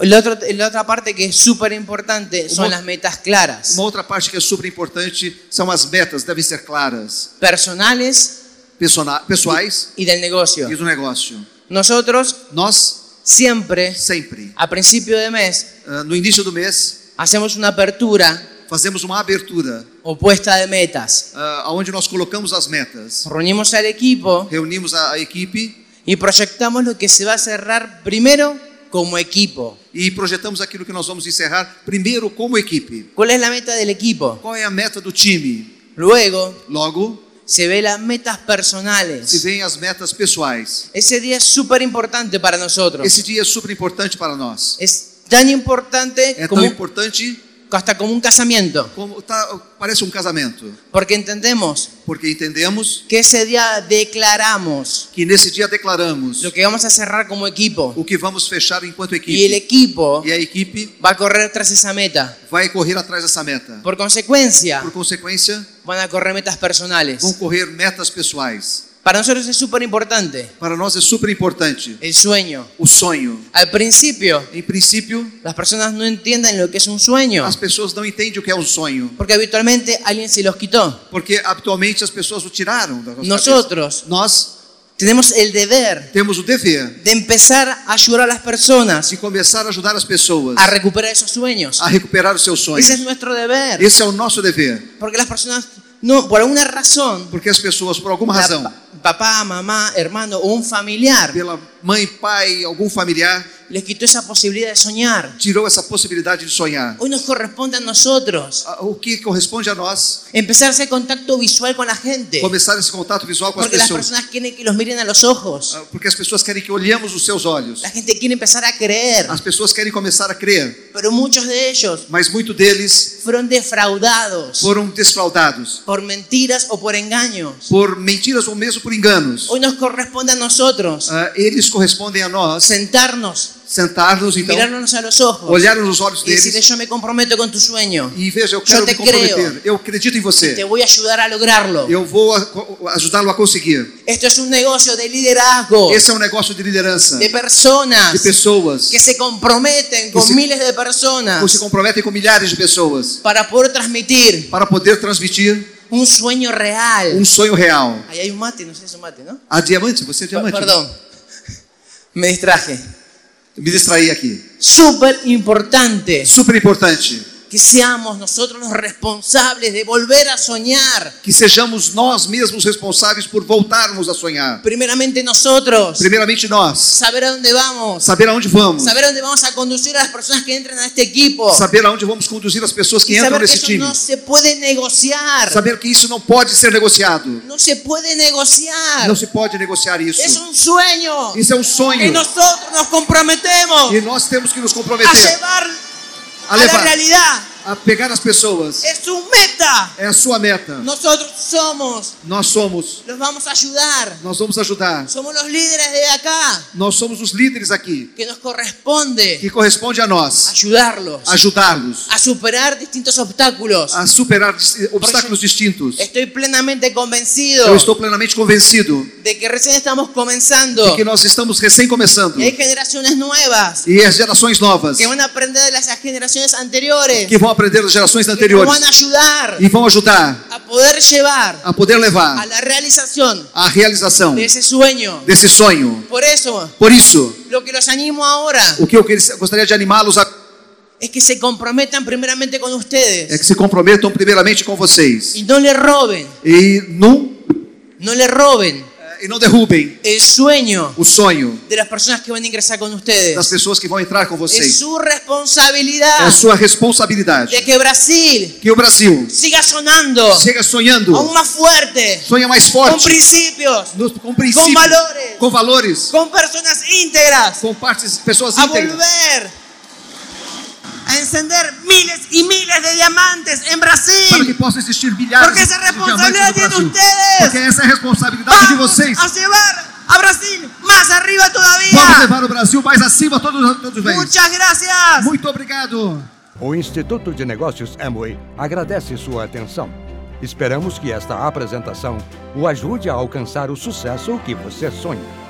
La otra, la otra parte que es súper importante son Hubo- las metas claras, Uma outra parte que é super importante são as metas, devem ser claras, personales persona- pessoais y del negocio. e do negócio. Nosotros Nós siempre, sempre, a principio de mes, ah, no início do mês, hacemos una apertura fazemos uma abertura opuesta de metas. ah, onde nós colocamos as metas, Reunimos al equipo reunimos a, a equipe y proyectamos lo que se va a cerrar primero como equipo. e projetamos aquilo que nós vamos encerrar primeiro como equipe. ¿Cuál es la meta del equipo? Qual é a meta do time? Luego Logo, se ve las metas se personales. vêm as metas pessoais. Ese día es súper importante para nosotros. Esse dia é super importante para nós. Es tan importante É tão como, importante hasta como un casamiento. como tá- parece um casamento, Porque entendemos porque entendemos que ese día declaramos que nesse dia declaramos lo que vamos a cerrar como equipo. o que vamos fechar enquanto Y el equipe. equipo E a equipe va a correr tras esa meta. vai correr atrás dessa meta. Por consecuencia, Por consequência, van a correr metas vão personales. correr metas pessoais. Para nosotros es súper importante Para nós é super importante el sueño. o sonho. Al principio, Em princípio, las personas no entienden lo que es un sueño, as pessoas não entendem o que é um sonho, porque habitualmente alguien se los quitó. porque habitualmente as pessoas o tiraram da nossa Nosotros cabeça. Nós tenemos el deber temos o dever de empezar a ayudar a las personas de começar a ajudar as pessoas a é recuperar esos sueños. a recuperar os seus sonhos. Ese es nuestro deber, Esse é o nosso dever, porque las personas, no, por alguna razón, porque as pessoas, por alguma la razão, pa- papá, mamá, hermano o un familiar pela mãe, pai, algum familiar, les quitó esa posibilidad de soñar. tirou essa possibilidade de sonhar. Hoy nos corresponde a nosotros Ah, O que corresponde a nós, empezar ese contacto visual con la gente, começar esse contato visual com as É. porque las pessoas. personas quieren que los miren a los ojos. Ah, Porque as pessoas querem que olhemos os seus olhos. La gente quiere empezar a creer, As pessoas querem começar a crer, pero muchos de ellos mas muito deles fueron defraudados foram desfraudados por mentiras o por engaños. por mentiras ou mesmo por enganos. Hoy nos corresponde a nosotros Ah, eles correspondem a nós sentarnos, sentar-nos, então, mirarnos a los ojos olhar nos olhos y decirle deles yo me comprometo con tu sueño, e veja, eu Yo quero te Então, me comprometer. creo. Eu acredito em te você. voy a ayudar a lograrlo. Eu vou a- co- ajudá-lo a conseguir. Esto es un negocio de liderazgo, Esse é um negócio de liderança, de de personas pessoas, que se comprometen Que con se- miles de que se personas comprometem com milhares de pessoas para poder transmitir para poder transmitir un sueño um real. sonho real. Ahí hay un mate, no sé, es un mate, ¿no? A diamante, você é diamante. Perdón, me distraje. Me distraí aqui. Súper importante Super importante que seamos nosotros los responsables de volver a soñar. que sejamos nós mesmos responsáveis por voltarmos a sonhar. Primeramente nosotros, Primeiramente nós, saber a dónde vamos, saber aonde vamos, saber a dónde vamos a conducir a las personas que entran a este equipo, saber aonde vamos conduzir as pessoas que y entram saber que nesse eso time. no se puede negociar, Saber que isso não pode ser negociado. no se puede negociar, Não se pode negociar isso. es un sueño Isso é um que sonho nosotros nos comprometemos e nós temos que nos a comprometer llevar a a la levar realidad a pegar as pessoas. Es su meta. É a sua meta. Nosotros somos. Nós somos. Los vamos a ayudar. Nós vamos ajudar. Somos los líderes de acá. Nós somos os líderes aqui, Que nos corresponde que corresponde a nós ayudarlos. ajudá-los A superar distintos obstáculos. a superar dis- obstáculos distintos. Estoy plenamente convencido Eu estou plenamente convencido de que recién estamos comenzando. de que nós estamos recém começando Y hay generaciones nuevas e as gerações novas que van a aprender de las generaciones anteriores. que vão aprender das gerações que nos anteriores van a ayudar e vão ajudar a poder llevar a poder a levar la realización à realização de ese sueño. desse sonho. Por eso, Por isso, lo que los animo ahora o que eu queria- gostaria de animá-los a es que se comprometan primeramente con é que ustedes se comprometam primeiramente com vocês y no le roben, e não no le roben eh, e não derrubem el sueño o sonho de las personas que van a ingresar con das ustedes. pessoas que vão entrar com Es vocês. su É a responsabilidad sua responsabilidade de que Brasil que o Brasil siga sonando chega sonhando, aún más fuerte, sonha mais con forte, principios, nos- com princípios, valores. com valores, con personas íntegras, com partes, pessoas a íntegras, volver a encender miles y miles de diamantes en para que Brasil. possam existir milhares Porque essa de diamantes responsabilidade de no Brasil. vocês. Porque essa é a responsabilidade de Vamos vocês. a llevar a Brasil más arriba Vamos todavía. levar o Brasil mais acima todos, todos vez. Muchas gracias. Muito obrigado. O Instituto de Negócios Amway agradece sua atenção. Esperamos que esta apresentação o ajude a alcançar o sucesso que você sonha.